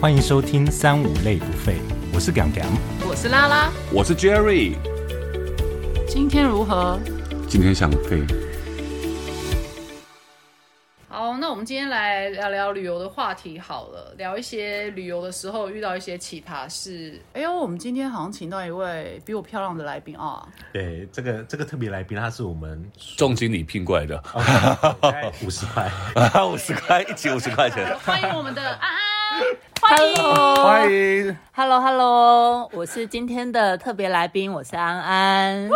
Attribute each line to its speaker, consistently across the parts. Speaker 1: 欢迎收听三五类不废，我是 Gang Gang。
Speaker 2: 我是拉拉，
Speaker 3: 我是 Jerry，
Speaker 2: 今天如何？
Speaker 3: 今天想飞，
Speaker 2: 好，那我们今天来聊聊旅游的话题好了，聊一些旅游的时候遇到一些奇葩事。哎呦，我们今天好像请到一位比我漂亮的来宾啊，
Speaker 1: 对，这个这个特别来宾，他是我们
Speaker 3: 重金礼聘过来的，
Speaker 1: 五十块，
Speaker 3: 五十块一起五十块钱，
Speaker 2: 欢迎我们的啊安安，
Speaker 3: 欢
Speaker 4: Hello，Hello
Speaker 3: 迎
Speaker 4: Hello，我是今天的特别来宾，我是安安。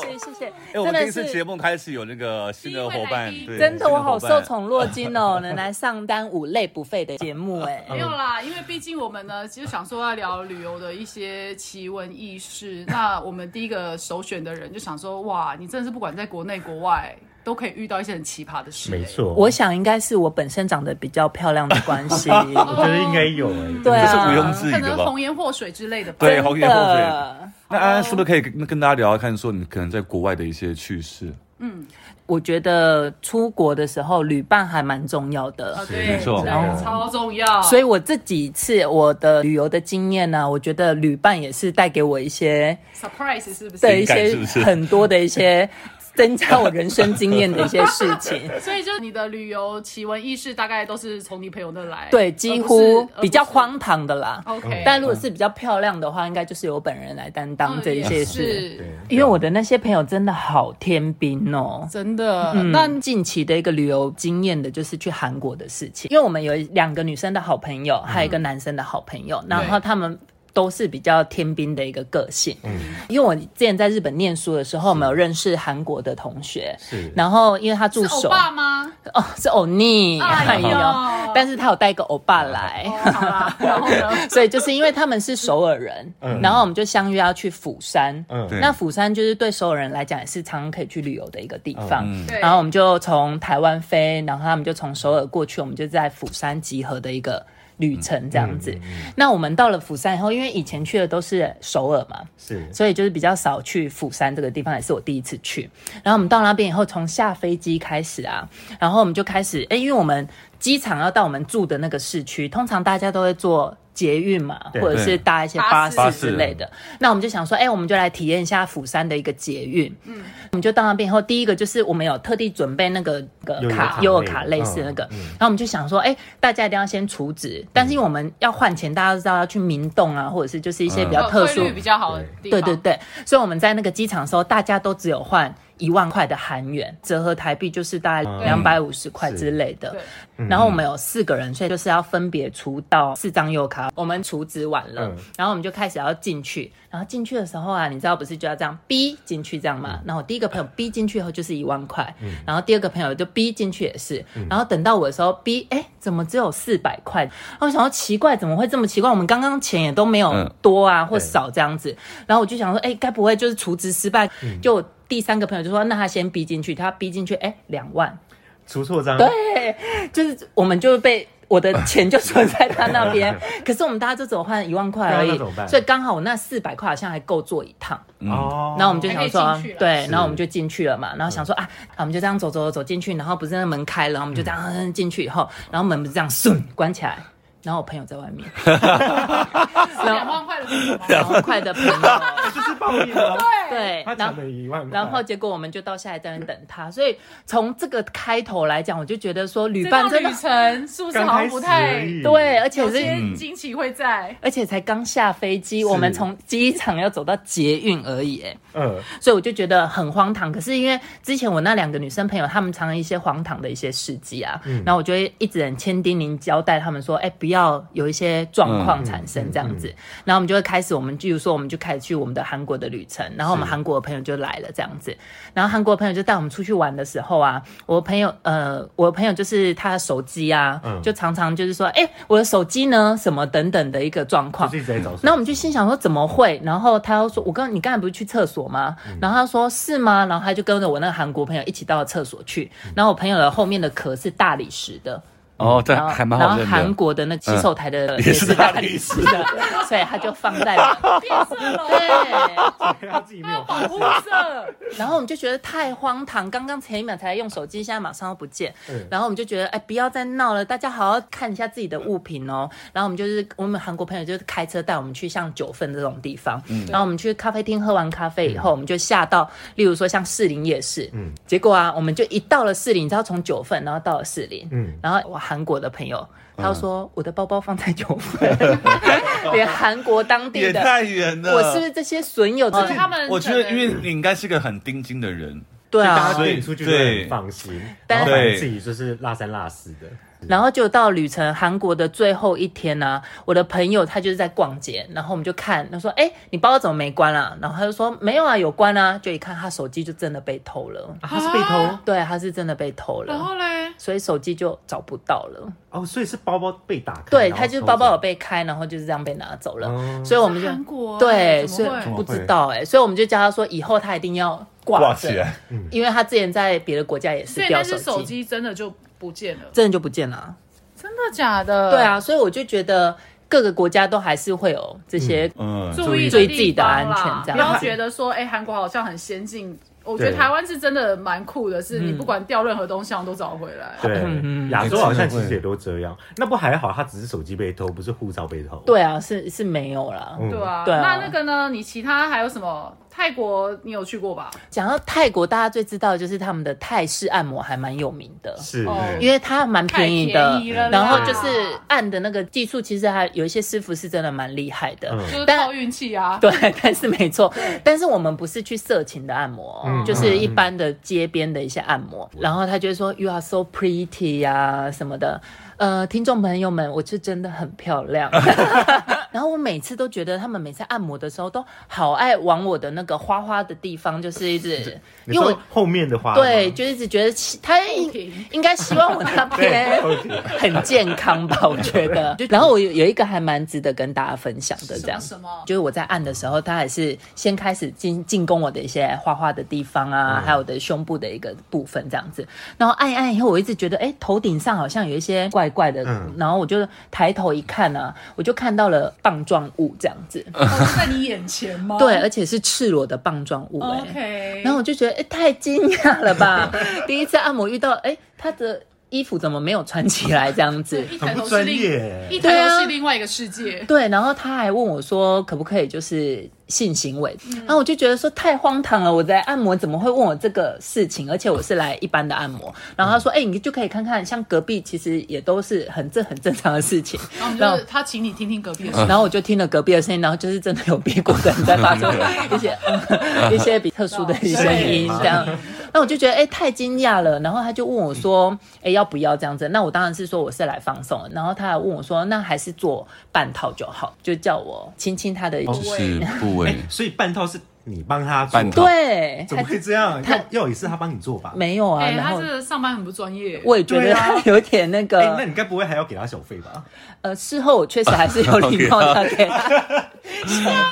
Speaker 4: 谢谢谢谢，
Speaker 3: 哎，我
Speaker 4: 真
Speaker 3: 们第一
Speaker 4: 的
Speaker 3: 次节
Speaker 4: 是
Speaker 3: 目开始有那个新的伙伴
Speaker 2: 第一位来宾，
Speaker 3: 对
Speaker 4: 真的，我好受。
Speaker 3: 新的伙伴
Speaker 4: 宠若惊 哦，能来上单五类不费的节目哎。
Speaker 2: 没有啦，因为毕竟我们呢，就想说要聊旅游的一些奇闻异事。那我们第一个首选的人就想说，哇，你真的是不管在国内国外，都可以遇到一些很奇葩的事、
Speaker 1: 没
Speaker 2: 哎，
Speaker 1: 错，
Speaker 4: 我想应该是我本身长得比较漂亮的关 系，
Speaker 1: 我觉得应该有哎、
Speaker 4: 对
Speaker 3: 这是
Speaker 4: 啊
Speaker 3: 毋庸置
Speaker 2: 可
Speaker 3: 疑的
Speaker 2: 能
Speaker 3: 吧
Speaker 2: 红？颜祸水之类的吧。
Speaker 3: 对，
Speaker 4: 真
Speaker 3: 红颜祸水。
Speaker 4: 的。
Speaker 3: 那安安是不是可以跟跟大家聊聊看，说你可能在国外的一些趣事？
Speaker 4: 我觉得出国的时候旅伴还蛮重要的。
Speaker 2: 啊，
Speaker 1: 没
Speaker 2: 对，
Speaker 3: 错
Speaker 2: 这
Speaker 1: 哦
Speaker 2: 个超重要。
Speaker 4: 所以我这几次我的旅游的经验呢、我觉得旅伴也是带给我一些
Speaker 2: surprise 是不是？
Speaker 4: 的一
Speaker 3: 灵感
Speaker 4: 些
Speaker 3: 是不是
Speaker 4: 很多的一些增加我人生经验的一些事 情。
Speaker 2: 所以就你的旅游奇闻异事，大概都是从你朋友那来，
Speaker 4: 对，几乎
Speaker 2: 而哦不是哦
Speaker 4: 比较。荒唐的啦。
Speaker 2: 而不是 OK，
Speaker 4: 但如果是比较漂亮的话，应该就是由本人来担当这一些事。
Speaker 2: 哦嗯是
Speaker 1: 对
Speaker 4: 因为我的那些朋友真的好天兵哦。
Speaker 2: 真的。那
Speaker 4: 但近期的一个旅游经验的，就是去韩国的事情。因为我们有两个女生的好朋友，还有一个男生的好朋友，然后他们都是比较天兵的一个个性。嗯，因为我之前在日本念书的时候，我们有认识韩国的同学，
Speaker 1: 是
Speaker 4: 然后因为他住
Speaker 2: 是欧
Speaker 4: 首
Speaker 2: 巴吗？
Speaker 4: 哦，是欧尼，
Speaker 2: 哎
Speaker 4: 哎
Speaker 2: 呦
Speaker 4: 呦，但是他有带一个欧巴来
Speaker 2: 哦，，好 啦，然后呢？
Speaker 4: 所以就是因为他们是首尔人，然后我们就相约要去釜山。
Speaker 1: 嗯
Speaker 3: 对
Speaker 4: 那釜山就是对首尔人来讲也是常常可以去旅游的一个地方。
Speaker 3: 嗯
Speaker 2: 对
Speaker 4: 然后我们就从台湾飞，然后他们就从首尔过去，我们就在釜山集合的一个旅程这样子。那我们到了釜山以后，因为以前去的都是首尔嘛，
Speaker 1: 是
Speaker 4: 所以就是比较少去釜山这个地方，也是我第一次去。然后我们到那边以后，从下飞机开始啊，然后我们就开始，哎，因为我们机场要到我们住的那个市区，通常大家都会坐。捷运嘛，
Speaker 1: 对
Speaker 4: 或者是搭一些
Speaker 2: 巴
Speaker 4: 巴
Speaker 2: 士
Speaker 4: 士之类的，那我们就想说，哎、我们就来体验一下釜山的一个捷运。嗯，我们就到那边以后，第一个就是我们有特地准备那个那
Speaker 1: 悠
Speaker 4: 个
Speaker 1: 游
Speaker 4: 卡
Speaker 1: 卡
Speaker 4: 悠游
Speaker 1: 类的
Speaker 4: 卡类似
Speaker 1: 嗯
Speaker 4: 那个，
Speaker 1: 嗯
Speaker 4: 然后我们就想说，哎、大家一定要先储值，但是因为我们要换钱，大家都知道要去明洞啊，或者是就是一
Speaker 1: 嗯
Speaker 4: 些比较
Speaker 2: 哦
Speaker 4: 特
Speaker 2: 汇
Speaker 4: 殊、
Speaker 2: 率比较好的地
Speaker 4: 对
Speaker 2: 方，
Speaker 4: 对对，所以我们在那个机场的时候，大家都只有换一万块的韩元，折合台币就是大概两百五十块之类的
Speaker 2: 对。
Speaker 4: 然后我们有四个人，所以就是要分别除到四张优卡。我们除值完了，
Speaker 1: 嗯
Speaker 4: 然后我们就开始要进去。然后进去的时候啊，你知道不是就要这样逼进去这样吗？然后我第一个朋友逼进去以后就是一万块，然后第二个朋友就逼进去也是。然后等到我的时候逼，哎，怎么只有四百块？然后我想说奇怪，怎么会这么奇怪？我们刚刚钱也都没有
Speaker 3: 嗯
Speaker 4: 多啊或
Speaker 1: 对
Speaker 4: 少这样子。然后我就想说，哎，该不会就是除值失败？就我第三个朋友就说，那他先逼进去，他逼进去，哎，两万。
Speaker 1: 除错章，
Speaker 4: 对，就是我们就被我的钱就存在他那边，可是我们大家就只有换一万块
Speaker 1: 对
Speaker 4: 而
Speaker 1: 啊那
Speaker 4: 已
Speaker 1: 怎么，办
Speaker 4: 所以刚好我那四百块好像还够坐一趟。
Speaker 1: 哦，
Speaker 4: 然后我们就想
Speaker 2: 还
Speaker 4: 说
Speaker 2: 可以进去啦，
Speaker 4: 对
Speaker 1: 是，
Speaker 4: 然后我们就进去了嘛，然后想说啊，啊我们就这样走走走进去，然后不是那门开了，我们就这样嗯进去以后，然后门不是这样瞬关起来，然后我朋友在外面，
Speaker 2: 是哦两万块的地方吗
Speaker 4: 然后快的朋友，
Speaker 1: 是报应了，
Speaker 4: 对
Speaker 1: 啊他，
Speaker 4: 然后
Speaker 1: 抢了一万块，
Speaker 4: 然后结果我们就到下一站等他，所以从这个开头来讲，我就觉得说旅
Speaker 2: 这
Speaker 4: 伴
Speaker 2: 趟
Speaker 4: 真的
Speaker 2: 旅程是不是
Speaker 1: 刚开
Speaker 2: 好像
Speaker 1: 始
Speaker 2: 不
Speaker 1: 而
Speaker 2: 太？
Speaker 1: 已，
Speaker 4: 对，而且
Speaker 2: 有
Speaker 4: 是
Speaker 2: 些惊奇会在，
Speaker 4: 而且才刚下飞机，我们从机场要走到捷运而已，哎
Speaker 1: 嗯，
Speaker 4: 所以我就觉得很荒唐。可是因为之前我那两个女生朋友，她们常常一些荒唐的一些事迹啊，然后我就会一直很千叮咛交代她们说，哎、不要有一些状况产生这样子。然后我们就会开始，我们比如说我们就开始去我们的韩国的旅程，然后我们韩国的朋友就来了这样子。然后韩国的朋友就带我们出去玩的时候啊，我朋友呃，我朋友就是他的手机啊，
Speaker 1: 嗯
Speaker 4: 就常常就是说，哎、我的手机呢？什么等等的一个状况
Speaker 1: 就。是一直在找，
Speaker 4: 那我们就心想说怎么会？然后他又说，我刚你刚才不是去厕所吗？
Speaker 3: 嗯
Speaker 4: 然后他说是吗？
Speaker 3: 嗯
Speaker 4: 然后他就跟着我那个韩国朋友一起到了厕所去。然后我朋友的后面的壳是大理石的，
Speaker 3: 哦，这
Speaker 4: 然后
Speaker 3: 还蛮
Speaker 4: 然
Speaker 3: 好
Speaker 4: 后
Speaker 3: 认
Speaker 4: 韩
Speaker 3: 的。嗯
Speaker 4: 国的那洗手台的、
Speaker 3: 也是
Speaker 4: 大
Speaker 3: 大理石啊
Speaker 4: 的，所以他就放在了
Speaker 2: 变色了，
Speaker 4: 对。
Speaker 1: 他自己没
Speaker 2: 他要
Speaker 1: 有
Speaker 2: 保护色，
Speaker 4: 然后我们就觉得太荒唐，刚刚前一秒才用手机，现在马上又不见。
Speaker 1: 嗯
Speaker 4: 然后我们就觉得，哎，不要再闹了，大家好好看一下自己的物品哦。然后我们就是我们韩国朋友就是开车带我们去像九份这种地方，然后我们去咖啡厅喝完咖啡以后，我们就下到，例如说像士林夜市，
Speaker 1: 嗯
Speaker 4: 结果啊，我们就一到了士林，你知道从九份，然后到了士林，
Speaker 1: 嗯
Speaker 4: 然后我韩国的朋友。他就说：“我的包包放在九份，连韩国当地
Speaker 3: 也
Speaker 4: 的，
Speaker 3: 太远了。
Speaker 4: 我是不是这些损友？
Speaker 2: 就是他们
Speaker 3: 我觉得，
Speaker 2: 可
Speaker 3: 因
Speaker 2: 能
Speaker 3: 为你应该是个很盯紧的人，
Speaker 4: 对啊，
Speaker 1: 大家对你出去都会很放心，
Speaker 4: 对
Speaker 1: 然后反
Speaker 3: 对
Speaker 1: 正自己就是落三落四的。
Speaker 4: 然后就到旅程韩国的最后一天呢、我的朋友他就是在逛街，然后我们就看，他说：“哎、你包怎么没关啊？”然后他就说：“没有啊，有关啊。”就一看他手机就真的被偷了，
Speaker 1: 啊他是被偷
Speaker 4: 对，他是真的被偷
Speaker 2: 然
Speaker 4: 了，
Speaker 2: 后嘞，
Speaker 4: 所以手机就找不到了。
Speaker 1: 哦，所以是包包被打开，
Speaker 4: 对，
Speaker 1: 然后
Speaker 4: 他就是
Speaker 1: 偷
Speaker 4: 包包有
Speaker 1: 走
Speaker 4: 被开，然后就是这样被拿走了，
Speaker 1: 哦
Speaker 4: 所以我们就
Speaker 2: 在韩国啊哎
Speaker 4: 对，
Speaker 2: 怎
Speaker 4: 所以
Speaker 2: 么会
Speaker 4: 不知道哎、所以我们就教他说，以后他一定要挂
Speaker 3: 挂
Speaker 4: 着
Speaker 3: 起来，
Speaker 4: 因为他之前在别的国家也
Speaker 2: 所
Speaker 4: 是
Speaker 2: 以
Speaker 4: 掉
Speaker 2: 那
Speaker 4: 手
Speaker 2: 只手
Speaker 4: 机，
Speaker 2: 机真的就不见了，
Speaker 4: 真的就不见了啊、
Speaker 2: 真的假的？
Speaker 4: 对，啊，所以我就觉得各个国家都还是会有这些
Speaker 3: 嗯，
Speaker 2: 注意
Speaker 4: 注意
Speaker 2: 地
Speaker 4: 自己的
Speaker 2: 方
Speaker 4: 安
Speaker 2: 啦
Speaker 4: 全这样
Speaker 2: 不要觉得说，哎，韩国好像很先进。我觉得
Speaker 1: 对
Speaker 2: 台湾是真的蛮酷的，
Speaker 4: 嗯
Speaker 2: 是你不管掉任何东西，好像都找回来。
Speaker 1: 对，亚洲好像其实也都这样。那不还好，他只是手机被偷，不是护照被偷。，
Speaker 4: 对啊，是是没有啦。
Speaker 1: 嗯
Speaker 2: 对啊，
Speaker 4: 对啊
Speaker 2: 那那个呢？你其他还有什么？泰国你有去过吧？
Speaker 4: 讲到泰国，大家最知道的就是他们的泰式按摩还蛮有名的，
Speaker 1: 是
Speaker 2: 哦，
Speaker 4: 因为它蛮便宜的
Speaker 2: 太便宜了啦，
Speaker 4: 然后就是按的那个技术，其实还有一些师傅是真的蛮厉害的。
Speaker 1: 嗯
Speaker 2: 就是
Speaker 4: 但
Speaker 2: 靠运气啊。
Speaker 4: 对，但是没错，但是我们不是去色情的按摩，
Speaker 1: 嗯
Speaker 4: 就是一般的街边的一些按摩。然后他就会说 “You are so pretty” 呀、什么的。呃，听众朋友们，我是真的很漂 亮。然后我每次都觉得他们每次按摩的时候都好爱往我的那个花花的地方，就是一直，
Speaker 1: 你
Speaker 4: 因为
Speaker 1: 说
Speaker 4: 我
Speaker 1: 后面的话，
Speaker 4: 对，就一直觉得其他
Speaker 2: 不停
Speaker 4: 应该希望我 那边很健康吧，我觉得。就然后我有有一个还蛮值得跟大家分享的，这
Speaker 2: 什么
Speaker 4: 样
Speaker 2: 什么？
Speaker 4: 就是我在按的时候，他还是先开始进进攻我的一些花花的地方啊，还有我的胸部的一个部分这样子。然后按一按以后，我一直觉得，哎、头顶上好像有一些怪怪的，
Speaker 1: 嗯
Speaker 4: 然后我就抬头一看啊，我就看到了棒状物这样子，
Speaker 2: 哦是在你眼前吗？
Speaker 4: 对，而且是赤裸的棒状物、哎。
Speaker 2: 哦，OK。
Speaker 4: 然后我就觉得，哎、太惊讶了吧！ 第一次按摩遇到，哎、他的衣服怎么没有穿起来这样子？
Speaker 2: 一抬
Speaker 1: 很
Speaker 2: 头
Speaker 1: 不
Speaker 2: 是
Speaker 1: 专
Speaker 2: 另
Speaker 1: 业。
Speaker 2: 一抬
Speaker 4: 啊
Speaker 2: 头是另外一个世界。
Speaker 4: 对，然后他还问我说，可不可以就是性行为？然后我就觉得说太荒唐了，我在按摩怎么会问我这个事情？而且我是来一般的按摩。然后他说，哎、你就可以看看，像隔壁其实也都是很这很正常的事情。
Speaker 2: 然后我们
Speaker 4: 然
Speaker 2: 就
Speaker 4: 后
Speaker 2: 是他请你听听隔壁的
Speaker 1: 嗯
Speaker 2: 声音。
Speaker 4: 然后我就听了隔壁的声音，然后就是真的有别国的人在发出一些、嗯一些比特殊的声音这样。那我就觉得哎、太惊讶了，然后他就问我说哎、要不要这样子？那我当然是说我是来放松的，然后他还问我说那还是做半套就好，就叫我亲亲他的、
Speaker 3: 就是部 位，
Speaker 1: 哎所以半套是你帮他做
Speaker 3: 半，套
Speaker 4: 对，
Speaker 1: 哦啊怎么
Speaker 4: 他
Speaker 1: 会这样？要要也是他帮你做吧？
Speaker 4: 没有啊，
Speaker 2: 哎，
Speaker 4: 然
Speaker 2: 他
Speaker 4: 后
Speaker 2: 这。个上班很不专业。
Speaker 4: 我也觉
Speaker 1: 对
Speaker 4: 得
Speaker 1: 啊
Speaker 4: 他有点那个，
Speaker 1: 哎，那你该不会还要给他小费吧？
Speaker 4: 呃，事后我确实还 是有礼貌的给他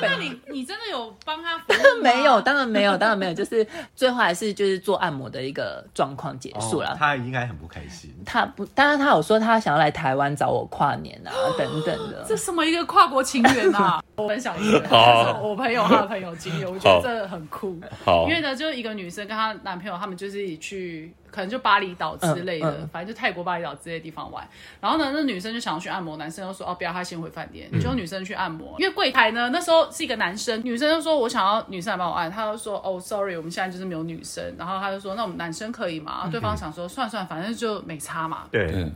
Speaker 2: 那你你真的有帮他服务吗
Speaker 4: 没有，当然没有，当然没有，就是最后还是就是做按摩的一个状况结束了。
Speaker 1: 哦他应该很不开心。
Speaker 4: 他不，当然他有说他想要来台湾找我跨年啊，等等
Speaker 2: 这
Speaker 4: 的。
Speaker 2: 什么一个跨国情缘啊！我分享一个，就是我朋友他的朋友经历，我觉得这很酷。
Speaker 3: 好
Speaker 4: 哦
Speaker 2: 因为呢，就是一个女生跟她男朋友，他们就是一起去，可能就巴厘岛之类的，
Speaker 4: 嗯嗯
Speaker 2: 反正就泰国巴厘岛之类的地方玩。然后呢，那女生就想要去按摩，男生就说哦不要，他先回饭店。
Speaker 4: 嗯
Speaker 2: 就女生去按摩，因为柜台呢那时候是一个男生，女生就说我想要女生来帮我按，他就说哦 sorry，我们现在就是没有女生。然后他就说那我们男生可以
Speaker 4: 嗯
Speaker 2: 吗？对方想说算算，反正就没差嘛。
Speaker 1: 对，
Speaker 3: 嗯，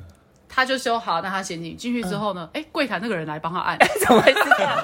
Speaker 2: 他就说好，那他先进进去之后呢，哎柜台那个人来帮他按。
Speaker 4: 怎么会是这样？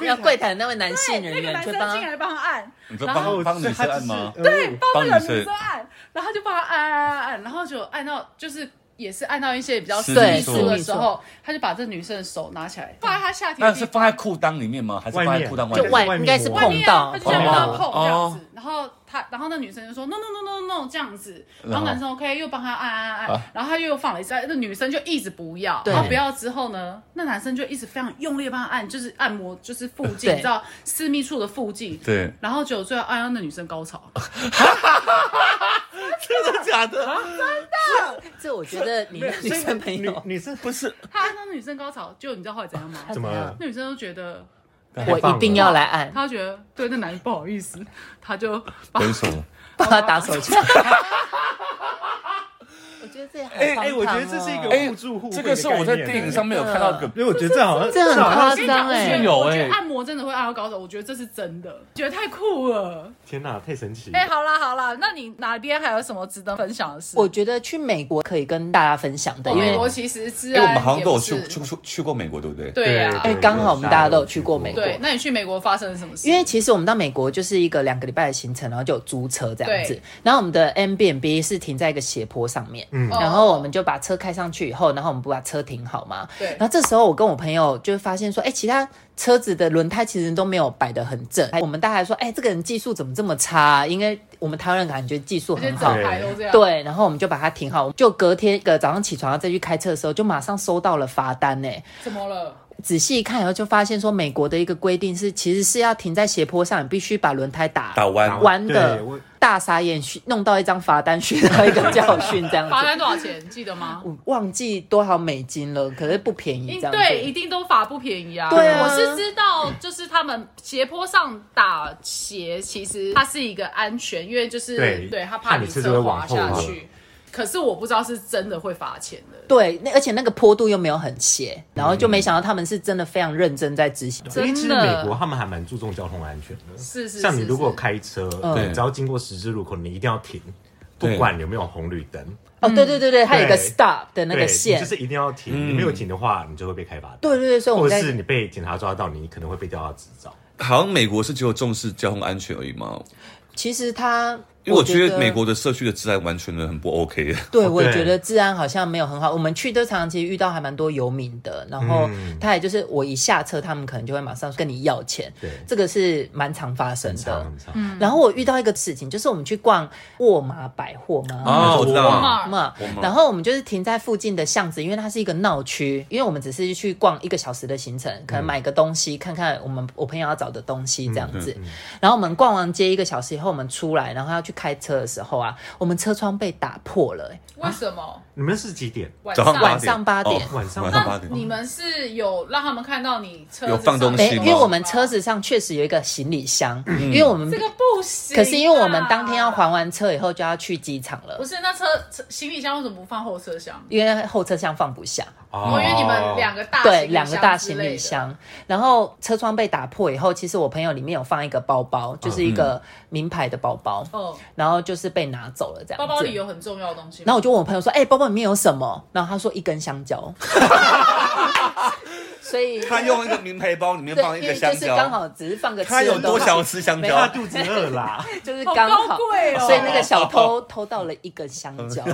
Speaker 4: 那柜台那位男性 人
Speaker 2: 那个
Speaker 4: 员
Speaker 2: 男
Speaker 4: 就
Speaker 2: 生
Speaker 4: 帮
Speaker 2: 进
Speaker 4: 他，
Speaker 2: 来 帮他按，
Speaker 3: 你说
Speaker 2: 然后
Speaker 1: 哦
Speaker 3: 帮帮女生按吗？
Speaker 1: 对，
Speaker 2: 帮那
Speaker 3: 帮
Speaker 2: 个
Speaker 3: 女
Speaker 2: 女
Speaker 3: 生
Speaker 2: 生按，然后他就帮他按按按按，然后就按到就是也是按到一些比较私
Speaker 3: 私
Speaker 4: 密
Speaker 2: 密
Speaker 4: 处
Speaker 2: 处的时候，他就把这女生的手拿起来放在他下体的
Speaker 3: 那
Speaker 2: 地
Speaker 3: 是
Speaker 2: 方，
Speaker 3: 放在裤裆里面吗？还是放
Speaker 1: 外
Speaker 3: 在
Speaker 1: 面
Speaker 3: 裤裆
Speaker 4: 就
Speaker 3: 外
Speaker 1: 外
Speaker 3: 面？
Speaker 4: 外应该是
Speaker 1: 外
Speaker 4: 碰
Speaker 2: 面啊
Speaker 4: 到
Speaker 2: 他就这样把他
Speaker 3: 哦
Speaker 2: 碰这样子，然后他然后那女生就说 no no no no no 这样子，然
Speaker 3: 然
Speaker 2: 后
Speaker 3: 后
Speaker 2: 男生 OK 又帮他按按按
Speaker 3: 啊
Speaker 2: 按，然后他又放了一下，那女生就一直不要，
Speaker 4: 对
Speaker 2: 然后不要之后呢，那男生就一直非常用力地帮他按，就是按摩就是附
Speaker 4: 对
Speaker 2: 近，你知道私密处的附近，
Speaker 3: 对，
Speaker 2: 然后就最后按到那女生高潮。
Speaker 3: 真的假的？
Speaker 4: 这我觉得你的女生朋友
Speaker 1: 女女生
Speaker 3: 不是
Speaker 2: 他那女生高潮，就你知道后来怎样吗
Speaker 4: 她？
Speaker 1: 怎么了？
Speaker 2: 那女生都觉得，
Speaker 4: 我一定要来按，
Speaker 2: 她觉得对那男人不好意思，她 就把
Speaker 3: 分手。
Speaker 4: 帮他打手枪。我觉得这好
Speaker 1: 哎
Speaker 4: 荒
Speaker 1: 哎，
Speaker 4: 唐
Speaker 1: 我觉得这是一
Speaker 4: 哦
Speaker 1: 个互助互惠的
Speaker 3: 这个是我在
Speaker 1: 概念
Speaker 3: 电影上面有看到个
Speaker 1: 因为我觉得这好像
Speaker 4: 这很
Speaker 1: 好像
Speaker 4: 夸
Speaker 1: 是
Speaker 4: 张哎
Speaker 2: 我觉得
Speaker 3: 有
Speaker 2: 我觉
Speaker 3: 哎
Speaker 2: 得按摩真的会按到高手，我觉得这是真的，觉得太酷了。
Speaker 1: 天哪，太神奇！
Speaker 2: 哎、好啦好啦，那你哪边还有什么值得分享的事？
Speaker 4: 我觉得去美国可以跟大家分享的，因
Speaker 2: 美
Speaker 4: 为
Speaker 2: 国其实治
Speaker 3: 因为我
Speaker 2: 安
Speaker 4: 啊
Speaker 3: 们好像都有
Speaker 2: 也不
Speaker 3: 去
Speaker 2: 是
Speaker 3: 去去去过美国，对不对？
Speaker 2: 对呀、
Speaker 1: 对
Speaker 4: 哎，刚好我们大家都有去过美国，
Speaker 2: 对，那你去美国发生了什么事？
Speaker 4: 因为其实我们到美国就是一个两个礼拜的行程，然后就有租车这样子
Speaker 2: 对。
Speaker 4: 然后我们的 M B N B 是停在一个斜坡上面，
Speaker 1: 嗯
Speaker 2: 哦
Speaker 4: 然后我们就把车开上去以后，然后我们不把车停好嘛。
Speaker 2: 对
Speaker 4: 然后这时候我跟我朋友就发现说，哎、其他车子的轮胎其实都没有摆得很正。我们大家还说，哎、这个人技术怎么这么差、啊因为我们台湾人感觉技术
Speaker 2: 而且
Speaker 4: 很
Speaker 2: 招
Speaker 4: 好。
Speaker 2: 牌都这样，，
Speaker 4: 对，然后我们就把它停好，就隔天一个早上起床再去开车的时候，就马上收到了罚单呢、
Speaker 2: 怎么了？
Speaker 4: 仔细一看以后，就发现说美国的一个规定是，其实是要停在斜坡上，你必须把轮胎打
Speaker 3: 打弯
Speaker 1: 打
Speaker 4: 弯的
Speaker 1: 对我。
Speaker 4: 大傻眼，学弄到一张罚单，学到一个教训，这 样
Speaker 2: 罚
Speaker 4: 子。
Speaker 2: 单多少钱？记得吗？
Speaker 4: 我忘记多少美金了，可是不便宜
Speaker 2: 一
Speaker 4: 这样子。
Speaker 2: 对，一定都罚不便宜啊！
Speaker 4: 对啊
Speaker 2: 我是知道，就是他们斜坡上打斜，其实它是一个安全，因为就是
Speaker 1: 对
Speaker 2: 他怕
Speaker 1: 怕
Speaker 2: 你
Speaker 1: 你车
Speaker 2: 车
Speaker 1: 子会
Speaker 2: 滑
Speaker 1: 往后
Speaker 2: 下
Speaker 1: 滑
Speaker 2: 去。可是我不知道是真的会罚钱的，
Speaker 4: 对那而且那个坡度又没有很斜，然后就没想到他们是真的非常认真在执行。
Speaker 1: 因为其
Speaker 2: 真
Speaker 1: 实美
Speaker 2: 的
Speaker 1: 国他们还蛮注重交通安全的，
Speaker 2: 是是
Speaker 1: 像你
Speaker 2: 是
Speaker 1: 如果
Speaker 2: 是
Speaker 1: 开车，
Speaker 3: 嗯
Speaker 1: 你只要经过十字路口，你一定要停，不
Speaker 3: 对
Speaker 1: 管有没有红绿灯，
Speaker 4: 哦，对对对对，它有一个
Speaker 1: 对
Speaker 4: stop 的那
Speaker 1: 对，
Speaker 4: 个
Speaker 1: 你
Speaker 4: 线
Speaker 1: 就。是一定要停，
Speaker 3: 嗯
Speaker 1: 你没有停的话，你就会被开罚单。
Speaker 4: 对对对，所以
Speaker 1: 或
Speaker 4: 我们
Speaker 1: 者
Speaker 4: 在
Speaker 1: 是你被警察抓到，你可能会被吊到执照。
Speaker 3: 好像美国是只有重视交通安全而已嘛。
Speaker 4: 其实它，
Speaker 3: 因为我觉
Speaker 4: 觉
Speaker 3: 得美国的社区的治安完全的很不 OK 的。
Speaker 4: 对，
Speaker 1: 哦
Speaker 4: 我也
Speaker 1: 对
Speaker 4: 觉得治安好像没有很好。我们去都常常其实遇到还蛮多游民的，然后
Speaker 1: 嗯
Speaker 4: 他也就是我一下车，他们可能就会马上跟你要钱，
Speaker 1: 对
Speaker 4: 这个是蛮常发生
Speaker 3: 嗯
Speaker 1: 很长
Speaker 4: 的。
Speaker 1: 很长。
Speaker 4: 然后我遇到一个事情，就是我们去逛沃玛百货嘛。
Speaker 3: 哦， 我知
Speaker 1: 啊我
Speaker 3: 道
Speaker 2: 嘛，
Speaker 4: 沃玛
Speaker 3: 沃玛
Speaker 4: 然后我们就是停在附近的巷子，因为它是一个闹区，因为我们只是去逛一个小时的行程，可能买个东西，看看我们我朋友要找的东西这样子。
Speaker 1: 嗯
Speaker 4: 然后我们逛完街一个小时以后，我们出来，然后要去开车的时候啊，我们车窗被打破了、欸
Speaker 2: 为什么？
Speaker 1: 你们是几 点？
Speaker 2: 晚
Speaker 3: 早上八
Speaker 4: 晚
Speaker 3: 点，
Speaker 4: 上八点
Speaker 3: 哦
Speaker 1: 晚上
Speaker 3: 晚上八
Speaker 2: 那
Speaker 3: 点，
Speaker 2: 你们是有让他们看到你车子
Speaker 3: 有放东西
Speaker 4: 没，
Speaker 3: 吗嗯
Speaker 4: 哎因为我们车子上确实有一个行李箱，因为我们
Speaker 2: 这个不行啊。
Speaker 4: 可是因为我们当天要还完车以后就要去机场
Speaker 2: 不
Speaker 4: 了，
Speaker 2: 是那车车行李箱为什么不放后车厢？
Speaker 4: 因为后车厢放不下，
Speaker 2: 哦，因为你们两
Speaker 1: 个
Speaker 2: 个大
Speaker 4: 对，
Speaker 2: 行李
Speaker 4: 两个大
Speaker 2: 之
Speaker 4: 行
Speaker 2: 类
Speaker 4: 李
Speaker 2: 的，
Speaker 4: 箱，然后车窗被打破以后，其实我朋友里面有放一个包包，就是一
Speaker 3: 嗯
Speaker 4: 个名牌的包包，
Speaker 2: 嗯，
Speaker 4: 然后就是被拿走了这样
Speaker 2: 包
Speaker 4: 子。
Speaker 2: 包里有很重要的东西吗。
Speaker 4: 然后我就问我朋友说：“哎、包包里面有什么？”然后他说：“一根 香蕉。”所以
Speaker 3: 他用一个名牌包里面
Speaker 4: 对，
Speaker 3: 放一
Speaker 4: 因
Speaker 3: 个
Speaker 4: 为就
Speaker 3: 香
Speaker 4: 是刚
Speaker 3: 蕉，
Speaker 4: 好只是放个吃
Speaker 3: 他有
Speaker 4: 的
Speaker 3: 多
Speaker 4: 东西，
Speaker 3: 想要吃香
Speaker 4: 没
Speaker 1: 他
Speaker 3: 蕉？
Speaker 1: 肚子饿啦，
Speaker 4: 就是
Speaker 2: 好
Speaker 4: 刚
Speaker 2: 高
Speaker 4: 好。
Speaker 2: 贵哦，
Speaker 4: 所以那个小偷偷到了一根香蕉，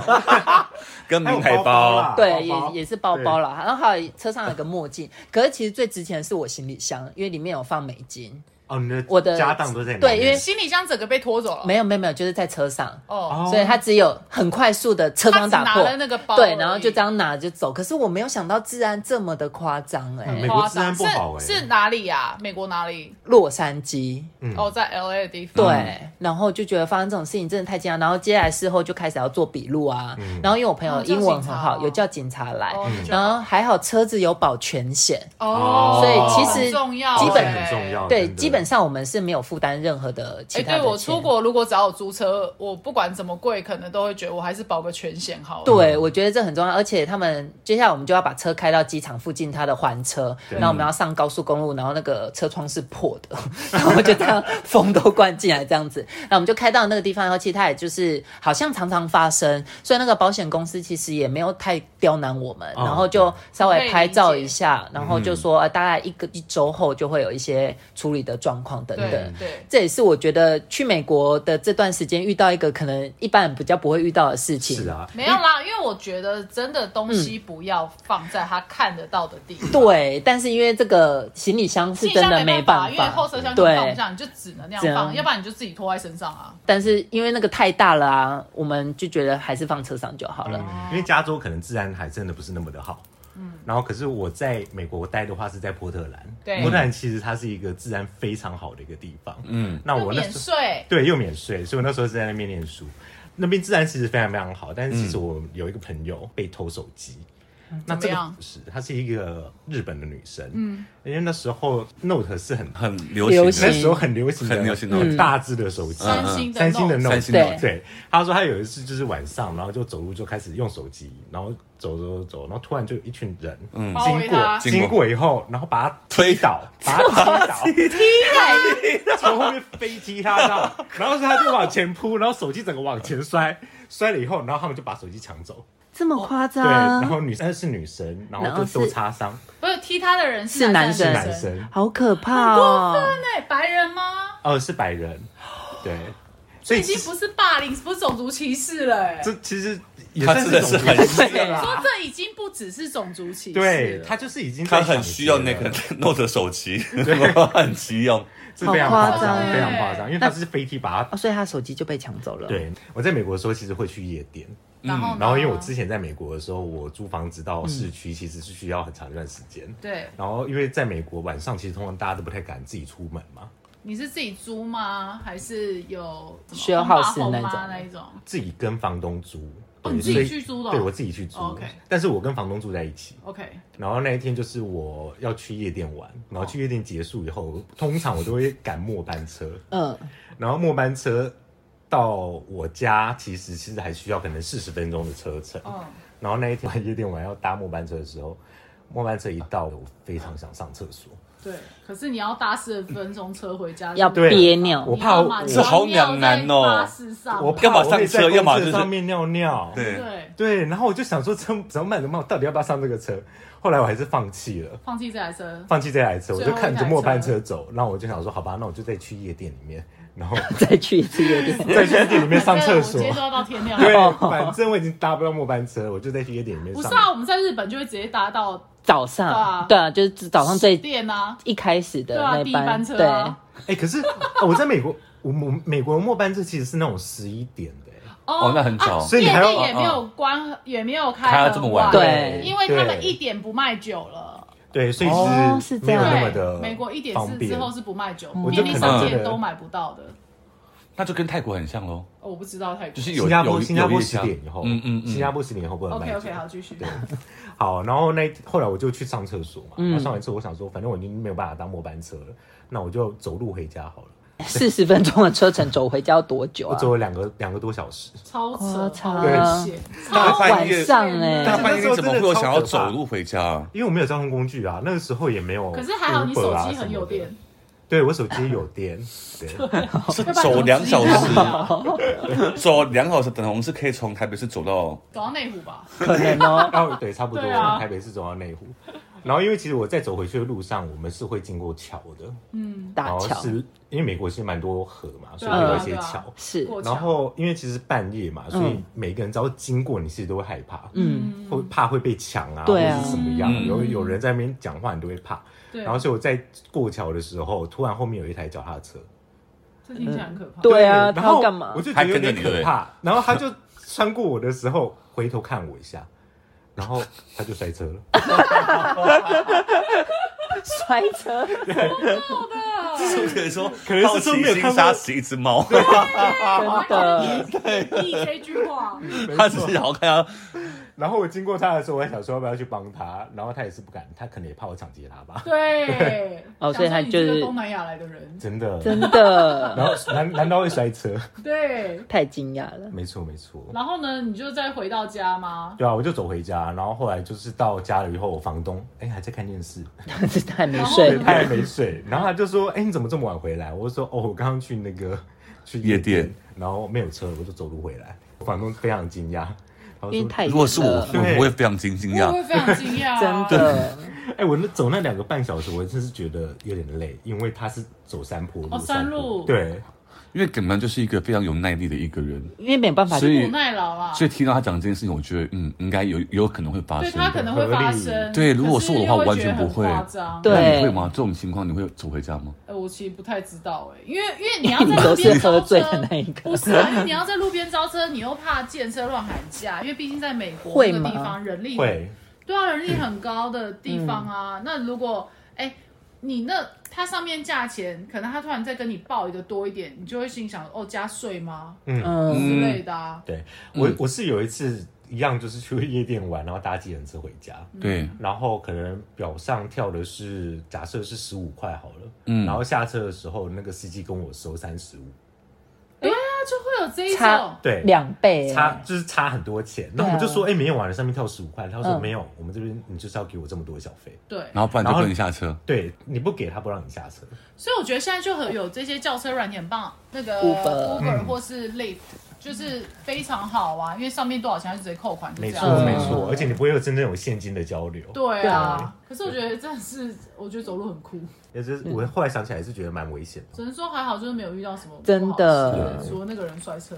Speaker 3: 跟名
Speaker 1: 还
Speaker 3: 牌
Speaker 1: 有包包啦
Speaker 4: 对，
Speaker 1: 包包
Speaker 4: 也也是包包啦。然后还有车上有个墨镜，可是其实最值钱的是我行李箱，因为里面有放美金。
Speaker 1: 哦，你的
Speaker 4: 我的
Speaker 1: 家当都在里面
Speaker 4: 对因为
Speaker 2: 行李箱整个被拖走了。
Speaker 4: 没有没有没有，就是在车上，
Speaker 2: 哦，
Speaker 1: 哦
Speaker 4: 所以他只有很快速的车窗打
Speaker 2: 他只
Speaker 4: 破
Speaker 2: 拿了那个包而
Speaker 4: 对，
Speaker 2: 已
Speaker 4: 然后就这样拿着就走。可是我没有想到治安这么的夸张哎、
Speaker 1: 嗯美
Speaker 2: 夸
Speaker 1: 国
Speaker 2: 张
Speaker 1: 治安不好哎
Speaker 2: 是是哪里呀？美国哪里？
Speaker 4: 洛杉矶。
Speaker 1: 嗯
Speaker 2: 哦，在 L A 的地方。
Speaker 4: 对，然后就觉得发生这种事情真的太惊讶，然后接下来事后就开始要做笔录啊，然后因为我朋友
Speaker 2: 哦叫
Speaker 4: 英文很
Speaker 2: 警察
Speaker 4: 好，
Speaker 2: 哦
Speaker 4: 有叫警察来，
Speaker 2: 哦
Speaker 1: 嗯
Speaker 2: 那就
Speaker 4: 然后还好车子有保全险，
Speaker 2: 哦，
Speaker 1: 所以其
Speaker 4: 实
Speaker 2: 很重要，
Speaker 4: 基本
Speaker 2: 哎
Speaker 1: 很重要
Speaker 4: 对，
Speaker 1: 哦真的
Speaker 4: 基本上我们是没有负担任何的
Speaker 2: 哎、
Speaker 4: 其他的
Speaker 2: 对我
Speaker 4: 钱
Speaker 2: 出，国如果只要有租车，我不管怎么贵，可能都会觉得我还是保个全险好了。
Speaker 4: 对我觉得这很重要。而且他们接下来我们就要把车开到机场附近，他的还车，然后我们要上高速公路，然后那个车窗是破的， 然后就这样风都灌进来这样子。然后我们就开到那个地方以后，其实它也就是好像常常发生，所以那个保险公司其实也没有太刁难我们，
Speaker 1: 哦嗯
Speaker 4: 然后就稍微拍照
Speaker 2: 可以理
Speaker 4: 一
Speaker 2: 解
Speaker 4: 下，然后就说、呃大概一个一周后就会有一些处理的状况等
Speaker 2: 对
Speaker 4: 等。
Speaker 2: 对，
Speaker 4: 这也是我觉得去美国的这段时间遇到一个可能一般人比较不会遇到的事情。
Speaker 1: 是，啊，
Speaker 2: 没有啦，因为我觉得真的东西不要放在他看得到的地方。
Speaker 4: 对，但是因为这个行李箱是
Speaker 2: 行李
Speaker 4: 真
Speaker 2: 箱
Speaker 4: 的
Speaker 2: 没
Speaker 4: 办
Speaker 2: 因为后
Speaker 4: 法，
Speaker 2: 车厢就
Speaker 4: 对
Speaker 2: 放不下，你就只能那
Speaker 4: 这
Speaker 2: 样
Speaker 4: 样
Speaker 2: 放，要不然你就自己拖在身上啊。
Speaker 4: 但是因为那个太大了啊，我们就觉得还是放车上就好了。
Speaker 1: 嗯因为加州可能治安还真的不是那么的好。嗯，然后可是我在美国待的话是在波特兰，
Speaker 2: 对
Speaker 1: 波特兰其实它是一个治安非常好的一个地方。嗯，那
Speaker 2: 又
Speaker 1: 我那
Speaker 2: 免
Speaker 1: 时候
Speaker 2: 税，
Speaker 1: 对又免税，所以我那时候是在那边念书。那边治安其实非常非常好，但是其实我有一个朋友被偷手机。那这
Speaker 2: 嗯怎么
Speaker 1: 个
Speaker 2: 样
Speaker 1: 不是，她是一个日本的女生，嗯，因为那时候 Note 是很
Speaker 3: 很流行的，
Speaker 4: 流行
Speaker 1: 那时候很流行的，
Speaker 3: 很流行的嗯
Speaker 1: 很大只的手机，
Speaker 2: 三星的
Speaker 1: 三星的 Note，
Speaker 2: Note
Speaker 3: 三星
Speaker 4: 的
Speaker 1: 对对。他说他有一次就是晚上，然后就走路就开始用手机，然后走走走，然后突然就有一群人
Speaker 3: 嗯
Speaker 2: 包围
Speaker 1: 经过
Speaker 2: 他，
Speaker 3: 经过
Speaker 1: 经过以后，然后把他推
Speaker 3: 推
Speaker 1: 倒，把他 推
Speaker 4: 踢开，
Speaker 1: 倒， 从后面飞踢他到，然后他就往前扑，然后手机整个往前摔，摔了以后，然后他们就把手机抢走，
Speaker 4: 这么夸
Speaker 1: 对，然
Speaker 4: 张，
Speaker 1: 后女生是女生，然
Speaker 4: 啊然
Speaker 1: 后
Speaker 4: 后
Speaker 1: 就是都擦伤，
Speaker 2: 不是踢他的人
Speaker 4: 是
Speaker 2: 男
Speaker 4: 男
Speaker 1: 是
Speaker 4: 生
Speaker 1: 男
Speaker 2: 生，
Speaker 1: 生，
Speaker 4: 好可怕哦！
Speaker 2: 那白人吗？
Speaker 1: 哦，是白人，对，所
Speaker 2: 已
Speaker 1: 以
Speaker 2: 经
Speaker 1: 其实
Speaker 2: 不是霸凌，不是种族歧视了、哎，
Speaker 1: 这其实也
Speaker 3: 他
Speaker 1: 算
Speaker 3: 真的
Speaker 1: 种
Speaker 3: 是很
Speaker 1: 族歧视
Speaker 4: 对
Speaker 1: 啦
Speaker 2: 说这已经不只是种族歧视
Speaker 1: 对
Speaker 2: 了
Speaker 4: 啊
Speaker 1: 他就是已经在
Speaker 3: 他很
Speaker 1: 抢
Speaker 3: 需
Speaker 1: 劫
Speaker 3: 要
Speaker 1: 了
Speaker 3: 那个 Note 手机，我 很急用。
Speaker 1: 是非常夸
Speaker 4: 好夸张
Speaker 1: 张，非
Speaker 2: 欸
Speaker 1: 常夸张，因为他是飞踢把他。
Speaker 4: 哦，所以他手机就被抢走了。，
Speaker 1: 对，我在美国的时候其实会去夜店，
Speaker 2: 然后呢，
Speaker 1: 嗯然后因为我之前在美国的
Speaker 2: 哦
Speaker 1: 时候，我租房子到市区其实是需要很长一段时间。
Speaker 2: 对
Speaker 1: 然后因为在美国晚上其实通常大家都不太敢自己出门嘛，
Speaker 2: 你是自己租吗？还是有什么
Speaker 4: Share
Speaker 2: 红妈
Speaker 4: house
Speaker 2: 红
Speaker 4: 那
Speaker 2: 妈
Speaker 4: 种
Speaker 2: 那一种？
Speaker 1: 自己跟房东租。
Speaker 2: 哦
Speaker 1: 对
Speaker 2: 你自己
Speaker 1: 所以
Speaker 2: 去租的哦
Speaker 1: 对我自己去租
Speaker 2: OK
Speaker 1: 但是我跟房东住在一起。
Speaker 2: OK，
Speaker 1: 然后那一天就是我要去夜店玩，然
Speaker 2: 哦
Speaker 1: 后去夜店结束以后，通常我都会赶末班车。
Speaker 4: 嗯，
Speaker 1: 然后末班车到我家，其实其实还需要可能四十分钟的车程。
Speaker 2: 嗯，
Speaker 1: 然后那一天夜店我要搭末班车的时候，末班车一到，我非常想上厕所，
Speaker 2: 对。可是你要搭四十分钟车回家，
Speaker 4: 要
Speaker 2: 是不是
Speaker 4: 憋尿
Speaker 1: 我怕
Speaker 2: 你
Speaker 1: 我
Speaker 2: 要
Speaker 3: 这好两难哦
Speaker 2: 马上尿在巴士上
Speaker 1: 我
Speaker 3: 要
Speaker 1: 怕
Speaker 3: 么
Speaker 1: 我会
Speaker 3: 上车
Speaker 1: 在公
Speaker 3: 要么
Speaker 1: 车
Speaker 3: 就是
Speaker 1: 上面尿尿。
Speaker 3: 对
Speaker 2: 对，
Speaker 1: 对，然后我就想说，怎怎么办？怎么办？我到底要不要上这个车？后来我还是放弃了。
Speaker 2: 放弃这台车，
Speaker 1: 放弃这台车，我
Speaker 2: 最
Speaker 1: 就
Speaker 2: 后
Speaker 1: 看
Speaker 2: 一
Speaker 1: 着
Speaker 2: 台
Speaker 1: 末班
Speaker 2: 车
Speaker 1: 车走，然后我就想说，好吧，那我就再去夜店里面，然 后
Speaker 4: 再去一次夜店，
Speaker 1: 再去夜店里面上厕所
Speaker 2: 反正我们今。天都要到天亮。
Speaker 1: 对，反正我已经搭不到末班车，我就再去夜店里面
Speaker 2: 不
Speaker 1: 上。
Speaker 2: 是啊，我们在日本就会直接搭到
Speaker 4: 早
Speaker 2: 对啊
Speaker 4: 上，对啊，就是早上最
Speaker 2: 店啊，
Speaker 4: 一开始的
Speaker 2: 对啊，
Speaker 4: 那
Speaker 2: 第一班车
Speaker 4: 对，
Speaker 2: 啊。
Speaker 1: 哎、可是、哦我在美国，我我美国的末班车其实是那种十一点的、欸
Speaker 2: 哦
Speaker 3: 哦那很早
Speaker 2: 啊
Speaker 1: 所以你还要哦
Speaker 2: 夜店也没有关，也没有开
Speaker 3: 开到
Speaker 2: 很
Speaker 3: 这么晚
Speaker 4: 对
Speaker 2: 哎因为他们
Speaker 1: 对
Speaker 2: 一点不卖酒了。
Speaker 1: 对，所以
Speaker 4: 哦
Speaker 1: 是
Speaker 4: 是这
Speaker 1: 没有
Speaker 4: 样
Speaker 1: 那
Speaker 2: 对，
Speaker 1: 么的
Speaker 2: 美国一点
Speaker 1: 方
Speaker 2: 四
Speaker 1: 便
Speaker 2: 之后是不卖酒，
Speaker 1: 我就
Speaker 2: 便利
Speaker 1: 可
Speaker 2: 商
Speaker 1: 能真
Speaker 2: 店
Speaker 1: 的
Speaker 2: 都买不到的。
Speaker 3: 那就跟泰国很像喽，
Speaker 2: 哦，我不知道泰国。
Speaker 3: 就是有
Speaker 1: 新加坡
Speaker 3: 有
Speaker 1: 新加
Speaker 3: 有
Speaker 1: 坡
Speaker 3: 一
Speaker 1: 十
Speaker 3: 家
Speaker 1: 点以后，
Speaker 3: 嗯嗯嗯，
Speaker 1: 新加坡十点以后不能卖
Speaker 2: OK
Speaker 1: 酒。
Speaker 2: OK，好，继续。
Speaker 1: 好，然后那一后来我就去上厕所嘛，
Speaker 3: 嗯
Speaker 1: 然后上完厕所我想说，反正我已经没有办法搭末班车了，那我就走路回家好了。
Speaker 4: 四十分钟的车程走回家要多久
Speaker 1: 我
Speaker 4: 啊？
Speaker 1: 走了两个两个多小时，
Speaker 2: 超
Speaker 4: 夸
Speaker 2: 扯，
Speaker 4: 张
Speaker 2: 好危 险，超
Speaker 3: 半
Speaker 4: 晚
Speaker 3: 夜
Speaker 4: 上哎、
Speaker 1: 大
Speaker 3: 大
Speaker 1: 半
Speaker 3: 半
Speaker 1: 夜
Speaker 3: 夜
Speaker 1: 你怎
Speaker 3: 怎
Speaker 1: 么
Speaker 3: 么会
Speaker 1: 会有
Speaker 3: 有想
Speaker 1: 想要
Speaker 3: 要走
Speaker 1: 走
Speaker 3: 路
Speaker 1: 路
Speaker 3: 回家、啊？
Speaker 1: 因为我没有交通工具啊，那个时候也没有 Uber 啊
Speaker 2: 可
Speaker 1: 什么的。
Speaker 2: 是还好你手机很有电，
Speaker 1: 对我手机有电， 对，
Speaker 3: 是
Speaker 2: 要不然
Speaker 3: 走
Speaker 2: 怎么
Speaker 3: 两小
Speaker 2: 自己
Speaker 3: 时
Speaker 2: 走，啊
Speaker 3: 走两小时，等同是可以从台北市走到
Speaker 2: 走到内湖吧。
Speaker 4: 可能 哦、
Speaker 1: 然后对，差不多，
Speaker 2: 对啊
Speaker 1: 台北市走到内湖。然后因为其实我在走回去的路上，我们是会经过桥的，然
Speaker 2: 嗯
Speaker 4: 大
Speaker 1: 后
Speaker 4: 桥
Speaker 1: 是因为美国是蛮多河嘛，所
Speaker 2: 对
Speaker 1: 以
Speaker 2: 啊
Speaker 1: 会有一
Speaker 2: 对
Speaker 1: 些
Speaker 2: 啊
Speaker 1: 桥。
Speaker 4: 是
Speaker 2: 过
Speaker 1: 然
Speaker 2: 桥，
Speaker 1: 后因为其实半夜嘛，所以每个人只要经过你，其实都会害怕，
Speaker 4: 嗯，
Speaker 1: 会怕会被抢啊，或
Speaker 4: 对啊
Speaker 1: 者是什么样。
Speaker 3: 嗯
Speaker 1: 有有人在那边讲话，你都会怕。
Speaker 2: 对，
Speaker 1: 然后所以我在过桥的时候，突然后面有一台脚踏车，
Speaker 2: 这听起来很可怕。
Speaker 4: 对啊，
Speaker 1: 然
Speaker 4: 他要
Speaker 1: 后
Speaker 4: 干嘛
Speaker 1: 我？就觉得有点
Speaker 3: 他跟着你对
Speaker 1: 可
Speaker 3: 不
Speaker 1: 怕。然后他就穿过我的时候，回头看我一下，然后他就摔车 了。
Speaker 4: 摔车，
Speaker 3: 是不是说
Speaker 1: 可能
Speaker 3: 好
Speaker 1: 是说
Speaker 3: 奇
Speaker 1: 没有
Speaker 3: 心
Speaker 1: 看过
Speaker 3: 杀死一只猫？
Speaker 4: 真的，
Speaker 2: 你这句话，
Speaker 3: 他只是想要看啊他
Speaker 1: 然后我经过他的时候，我还想说要不要去帮他，然后他也是不敢，他可能也怕我抢劫他吧，
Speaker 2: 对，
Speaker 4: 哦所以他
Speaker 2: 想说你这个
Speaker 4: 就是
Speaker 2: 东南亚来的人，
Speaker 1: 真的。
Speaker 4: 真
Speaker 1: 然
Speaker 4: 的
Speaker 1: 后难难道会摔车？
Speaker 2: 对。
Speaker 4: 太惊讶了。
Speaker 1: 没错没错。
Speaker 2: 然后呢，你就再回到家吗？
Speaker 1: 对啊，我就走回家，然后后来就是到家了以后，我房东哎还在看电视，
Speaker 4: 他还没
Speaker 1: 对
Speaker 4: 睡
Speaker 1: 他，还没睡， 然后他就说哎你怎么这么晚回来？我就说哦我刚刚去那个去
Speaker 3: 夜店，
Speaker 1: 然后没有车，我就走路回来。房东非常惊讶，他
Speaker 4: 因为
Speaker 1: 说
Speaker 4: 太
Speaker 3: 如果是我，
Speaker 4: 冷了
Speaker 3: 我我会非常惊惊
Speaker 2: 我
Speaker 3: 讶。
Speaker 2: 会非常惊讶啊，
Speaker 4: 真的
Speaker 1: 哎我那走那两个半小时，我真是觉得有点累，因为他是走山坡路，
Speaker 2: 哦山路
Speaker 1: 对，
Speaker 3: 因为耿南就是一个非常有耐力的一个人，
Speaker 4: 因为没有办法
Speaker 3: 所以
Speaker 2: 苦耐劳啊。
Speaker 3: 所以听到他讲这件事情，我觉得嗯，应该有有可能会发
Speaker 2: 对
Speaker 3: 生。
Speaker 2: 他可能会发生。
Speaker 3: 对，如果是我的话，我
Speaker 2: 可
Speaker 3: 完
Speaker 2: 是又觉
Speaker 3: 全
Speaker 2: 得
Speaker 3: 不
Speaker 2: 很
Speaker 3: 会
Speaker 2: 夸。张
Speaker 4: 对
Speaker 3: 那你会吗？这种情况你会走回家吗？
Speaker 2: 呃，我其实不太知道哎、因为因为你要
Speaker 4: 因为
Speaker 2: 在
Speaker 4: 你
Speaker 2: 路
Speaker 4: 都
Speaker 2: 边
Speaker 4: 是
Speaker 2: 招
Speaker 4: 喝
Speaker 2: 车，
Speaker 4: 醉的那一个
Speaker 2: 不是啊，因为你要在路边招车，你又怕见车乱喊价，因为毕竟在美国
Speaker 4: 会
Speaker 2: 这个地
Speaker 4: 吗
Speaker 2: 方人力
Speaker 1: 会
Speaker 4: 嗯
Speaker 2: 对啊，人力很高的地方啊。那如果哎、你那它上面价钱，可能他突然再跟你报一个多一点，你就会心想哦加税吗
Speaker 4: 嗯，
Speaker 2: 之类的啊。
Speaker 1: 对我、我是有一次一样，就是去夜店玩，然后搭计程车回家，
Speaker 3: 对，
Speaker 1: 然后可能表上跳的是假设是十五块好了，
Speaker 3: 嗯
Speaker 1: 然后下车的时候那个司机跟我收三十五，
Speaker 2: 那就会有这一种
Speaker 4: 差，
Speaker 1: 对，
Speaker 3: 嗯
Speaker 4: 两倍欸，
Speaker 1: 差就是差很多钱。然后我就说，哎、没有啊，你上面跳十五块，他说、哎
Speaker 4: 嗯
Speaker 1: 没有，我们这边你就是要给我这么多小费，
Speaker 2: 对。
Speaker 3: 然后不然就不能下车。
Speaker 1: 对你不给他不让你下车，
Speaker 4: 啊
Speaker 2: 所以我觉得现在就很有这些轿车软件棒，那个
Speaker 4: Uber 嗯
Speaker 2: 或是 Lyft，就是非常好啊，因为上面多少钱它就直接扣款，就这
Speaker 1: 没
Speaker 2: 样
Speaker 1: 错、
Speaker 2: 子。
Speaker 4: 嗯
Speaker 1: 没错，而且你不会有真正有现金的交流。
Speaker 2: 对啊，可是我觉得真的是，我觉得走路很酷，
Speaker 1: 也就是我后来想起来是觉得蛮危险
Speaker 4: 嗯
Speaker 1: 的，
Speaker 2: 只能说还好，就是没有遇到什么
Speaker 4: 真的
Speaker 2: 不好事除了那个人摔车。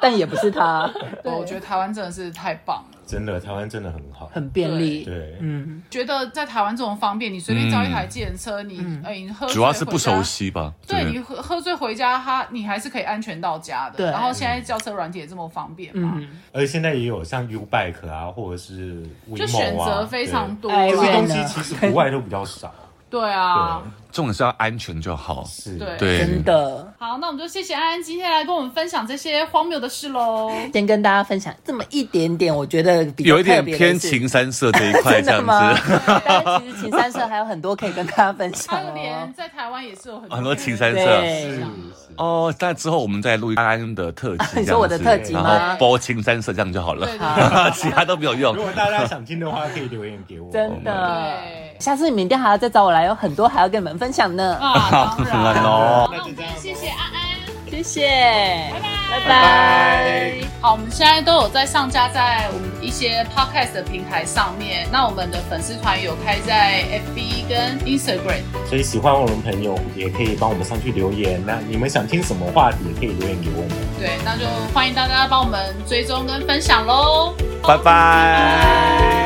Speaker 4: 但也不是它
Speaker 2: 对，哦我觉得台湾真的是太棒了，
Speaker 1: 真的，台湾真的很好，
Speaker 4: 很便利。
Speaker 1: 对，
Speaker 4: 嗯，
Speaker 2: 觉得在台湾这种方便，你随便叫一台计程车，你哎，你喝醉
Speaker 3: 主要是不
Speaker 2: 回家
Speaker 3: 熟悉吧？
Speaker 2: 对你喝喝醉回家，他你还是可以安全到家的。
Speaker 4: 对
Speaker 2: 然后现在轿车软体也这么方便嘛，
Speaker 1: 而且现在也有像 U Bike 啊，或者是 w
Speaker 2: 就
Speaker 1: i
Speaker 2: 选
Speaker 1: m o
Speaker 2: 择
Speaker 1: 啊，
Speaker 2: 非常多。
Speaker 4: 哎
Speaker 1: 对。这些
Speaker 4: 对
Speaker 1: 东西其实国外都比较少，
Speaker 2: 对啊，
Speaker 3: 重点是要安全就好。
Speaker 1: 是，
Speaker 2: 对
Speaker 3: 对，
Speaker 4: 真的。
Speaker 2: 好，那我们就谢谢安安今天来跟我们分享这些荒谬的事喽。
Speaker 4: 先跟大家分享这么一点点，我觉得比较
Speaker 3: 有一点
Speaker 4: 特别的
Speaker 3: 偏
Speaker 4: 是
Speaker 3: 情山色这一块
Speaker 4: 真
Speaker 3: 这
Speaker 4: 的
Speaker 3: 样
Speaker 4: 吗
Speaker 3: 子，？
Speaker 4: 但是其实情三社还有很多可以跟大家分享
Speaker 2: 还有连
Speaker 4: 哦。
Speaker 2: 在台湾也是有很
Speaker 3: 很多情山色。
Speaker 1: 是
Speaker 4: 对，
Speaker 1: 是
Speaker 3: 哦，那之后我们再录安安的特辑，
Speaker 4: 你说我的
Speaker 3: 这样
Speaker 4: 特
Speaker 3: 子
Speaker 4: 辑
Speaker 3: 然
Speaker 4: 吗
Speaker 3: 后播情山色这样就好了
Speaker 2: 对，对
Speaker 3: 其他都没有用
Speaker 1: 如。果大家想听的话，可以留言给我。
Speaker 4: 真
Speaker 3: 哦
Speaker 4: 的。
Speaker 2: 对
Speaker 4: 下次你们一定还要再找我来，有哦很多还要跟你们分享呢。
Speaker 2: 啊， 当
Speaker 3: 当然
Speaker 2: 然
Speaker 3: 咯
Speaker 2: 好那我们今天谢谢安安。
Speaker 4: 谢谢，拜拜，拜
Speaker 1: 拜。
Speaker 2: 好，我们现在都有在上架在我们一些 podcast 的平台上面。那我们的粉丝团有开在 FB 跟 Instagram。
Speaker 1: 所以喜欢我们的朋友也可以帮我们上去留言。那你们想听什么话题，也可以留言给我们。
Speaker 2: 对，那就欢迎大家帮我们追踪跟分享喽。
Speaker 3: 拜拜。